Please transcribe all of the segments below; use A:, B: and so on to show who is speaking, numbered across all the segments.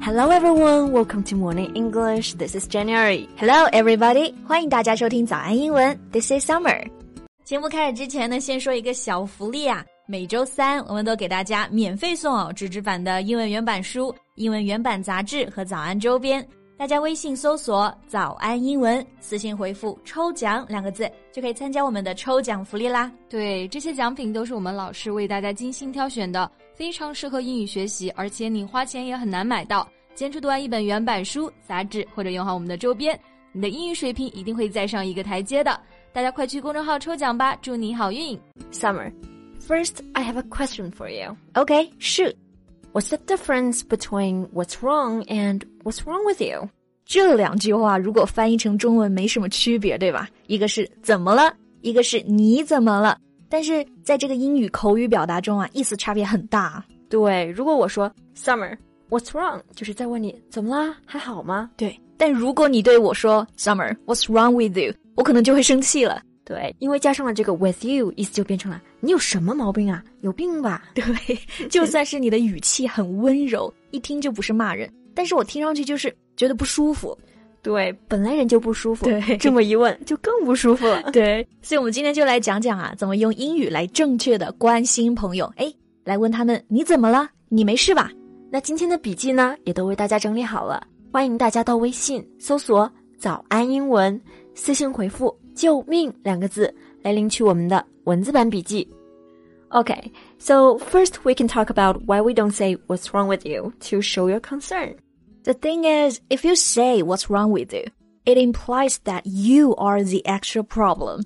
A: Hello everyone, welcome to Morning English. This is January.
B: Hello, everybody！欢迎大家收听早安英文，This is Summer。
C: 节目开始之前呢，先说一个小福利啊！每周三我们都给大家免费送哦纸质版的英文原版书、英文原版杂志和早安周边。大家微信搜索“早安英文”，私信回复“抽奖”两个字，就可以参加我们的抽奖福利啦！
D: 对，这些奖品都是我们老师为大家精心挑选的，非常适合英语学习，而且你花钱也很难买到。坚持读完一本原版书、杂志，或者用好我们的周边，你的英语水平一定会再上一个台阶的。大家快去公众号抽奖吧，祝你好运！
A: Summer, first I have a question for you.
B: OK，是
A: What's the difference between what's wrong and what's wrong with you?
B: 这两句话如果翻译成中文没什么区别，对吧？一个是怎么了，一个是你怎么了。但是在这个英语口语表达中啊，意思差别很大。
A: 对，如果我说 Summer, what's wrong，就是在问你怎么啦，还好吗？
B: 对，但如果你对我说 Summer, what's wrong with you？我可能就会生气了。
A: 对，因为加上了这个 with you，意思就变成了你有什么毛病啊？有病吧？
B: 对，就算是你的语气很温柔，一听就不是骂人，但是我听上去就是觉得不舒服。
A: 对，本来人就不舒服，
B: 对
A: 这么一问就更不舒服了。
B: 对，所以我们今天就来讲讲啊，怎么用英语来正确的关心朋友。哎，来问他们你怎么了？你没事吧？
A: 那今天的笔记呢，也都为大家整理好了，欢迎大家到微信搜索“早安英文”，私信回复“救命”两个字来领取我们的文字版笔记。Okay, so first we can talk about why we don't say what's wrong with you to show your concern.
B: The thing is, if you say what's wrong with you, it implies that you are the actual problem.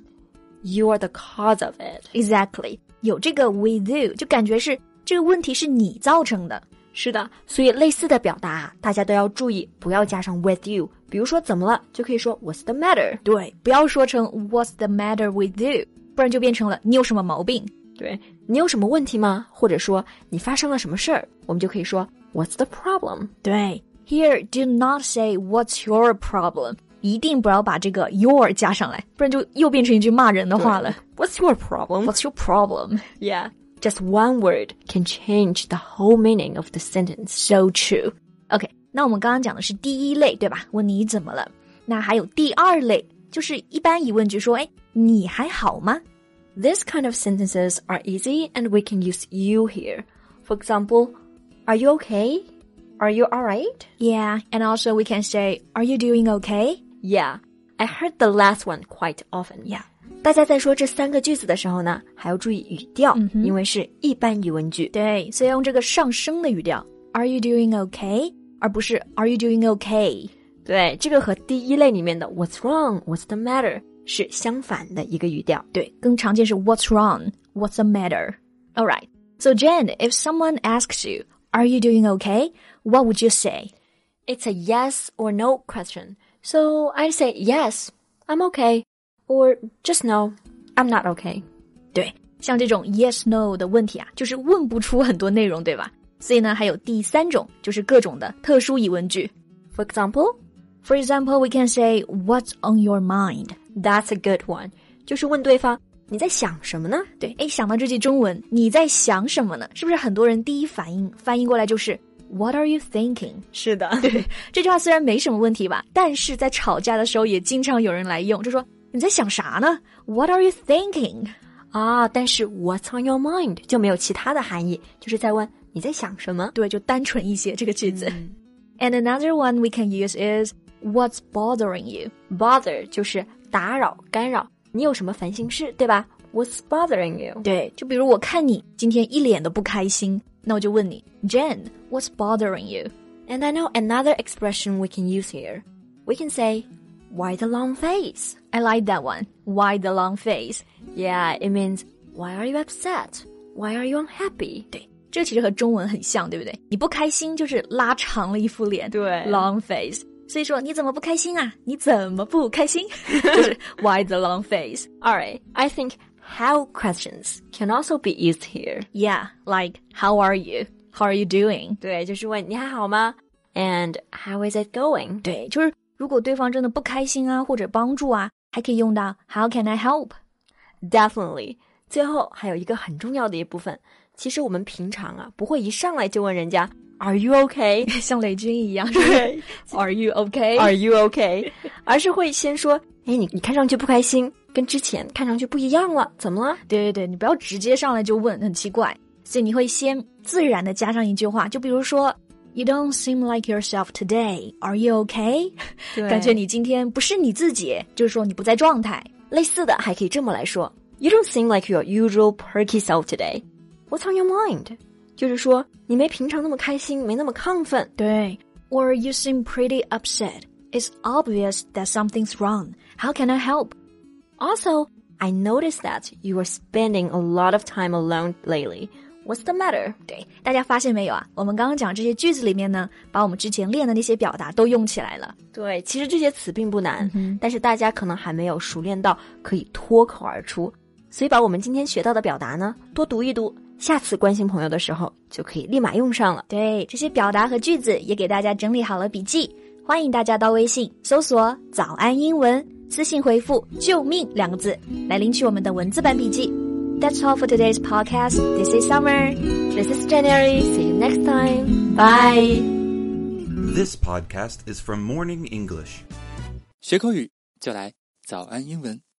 A: You are the cause of it.
B: Exactly，有这个 with you 就感觉是这个问题是你造成的。
A: 是的，所以类似的表达大家都要注意，不要加上 with you。比如说怎么了，就可以说 What's the matter？
B: 对，不要说成 What's the matter with you，不然就变成了你有什么毛病。
A: 对你有什么问题吗？或者说你发生了什么事儿，我们就可以说 What's the problem？
B: 对，Here do not say What's your problem，一定不要把这个 your 加上来，不然就又变成一句骂人的话了。
A: What's your problem?
B: What's your problem？
A: Yeah. Just one word can change the whole meaning of the sentence.
B: So true. OK，那我们刚刚讲的是第一类，对吧？问你怎么了？那还有第二类，就是一般疑问句说，哎，你还好吗？
A: This kind of sentences are easy and we can use you here. For example, are you okay? Are you alright?
B: Yeah, and also we can say, Are you doing okay?
A: Yeah. I heard the last one quite often.
B: Yeah.
A: 大家在说这三个句子的时候呢，还要注意语调，因为是一般疑问句。
B: 对，所以要用这个上升的语调，Are you doing okay？而不是 Are you doing okay？
A: 对，这个和第一类里面的 What's wrong? What's the matter? 是相反的一个语调。
B: 对，更常见是 What's wrong? What's the matter? All right. So Jen, if someone asks you, Are you doing okay? What would you say?
A: It's a yes or no question. So I say yes, I'm okay, or just no, I'm not okay.
B: 对，像这种 yes no 的问题啊，就是问不出很多内容，对吧？所以呢，还有第三种，就是各种的特殊疑问句。
A: For example,
B: For example, we can say What's on your mind？
A: that's a good one，就是问对方你在想什么呢？
B: 对，哎，想到这句中文，你在想什么呢？是不是很多人第一反应翻译过来就是 What are you thinking？
A: 是 的，
B: 对，这句话虽然没什么问题吧，但是在吵架的时候也经常有人来用，就说你在想啥呢？What are you thinking？
A: 啊，但是 What's on your mind 就没有其他的含义，就是在问你在想什么。
B: 对，就单纯一些这个句子。And another one we can use is What's bothering you？
A: Bother 就是打扰、干扰，你有什么烦心事，对吧？What's bothering you？
B: 对，就比如我看你今天一脸的不开心，那我就问你，Jen，What's bothering you？
A: And I know another expression we can use here. We can say, why the long face?
B: I like that one. Why the long face？
A: Yeah, it means, why are you upset? Why are you unhappy?
B: 对，这其实和中文很像，对不对？你不开心就是拉长了一副脸，
A: 对
B: ，long face。所以说你怎么不开心啊？你怎么不开心？ 就是 Why the long face？
A: Alright, I think how questions can also be used here.
B: Yeah, like how are you? How are you doing?
A: 对，就是问你还好吗？And how is it going?
B: 对，就是如果对方真的不开心啊，或者帮助啊，还可以用到 How can I help？
A: Definitely. 最后还有一个很重要的一部分，其实我们平常啊不会一上来就问人家 Are you OK？
B: 像雷军一样
A: 对
B: ，Are you OK？
A: Are you OK？而是会先说，哎，你你看上去不开心，跟之前看上去不一样了，怎么了？
B: 对对对，你不要直接上来就问，很奇怪。所以你会先自然的加上一句话，就比如说，You don't seem like yourself today. Are you okay？
A: 对
B: 感觉你今天不是你自己，就是说你不在状态。
A: 类似的还可以这么来说，You don't seem like your usual perky self today. What's on your mind？就是说你没平常那么开心，没那么亢奋。
B: 对，Or you seem pretty upset. It's obvious that something's wrong. How can I help?
A: Also, I noticed that you are spending a lot of time alone lately. What's the matter？
B: 对，大家发现没有啊？我们刚刚讲这些句子里面呢，把我们之前练的那些表达都用起来了。
A: 对，其实这些词并不难，
B: 嗯哼
A: 但是大家可能还没有熟练到可以脱口而出，所以把我们今天学到的表达呢，多读一读，下次关心朋友的时候就可以立马用上了。
B: 对，这些表达和句子也给大家整理好了笔记，欢迎大家到微信搜索“早安英文”，私信回复“救命”两个字来领取我们的文字版笔记。That's all for today's podcast. This is Summer.
A: This is January. See you next time. Bye.
E: This podcast is from Morning English.
F: 学口语就来早安英文。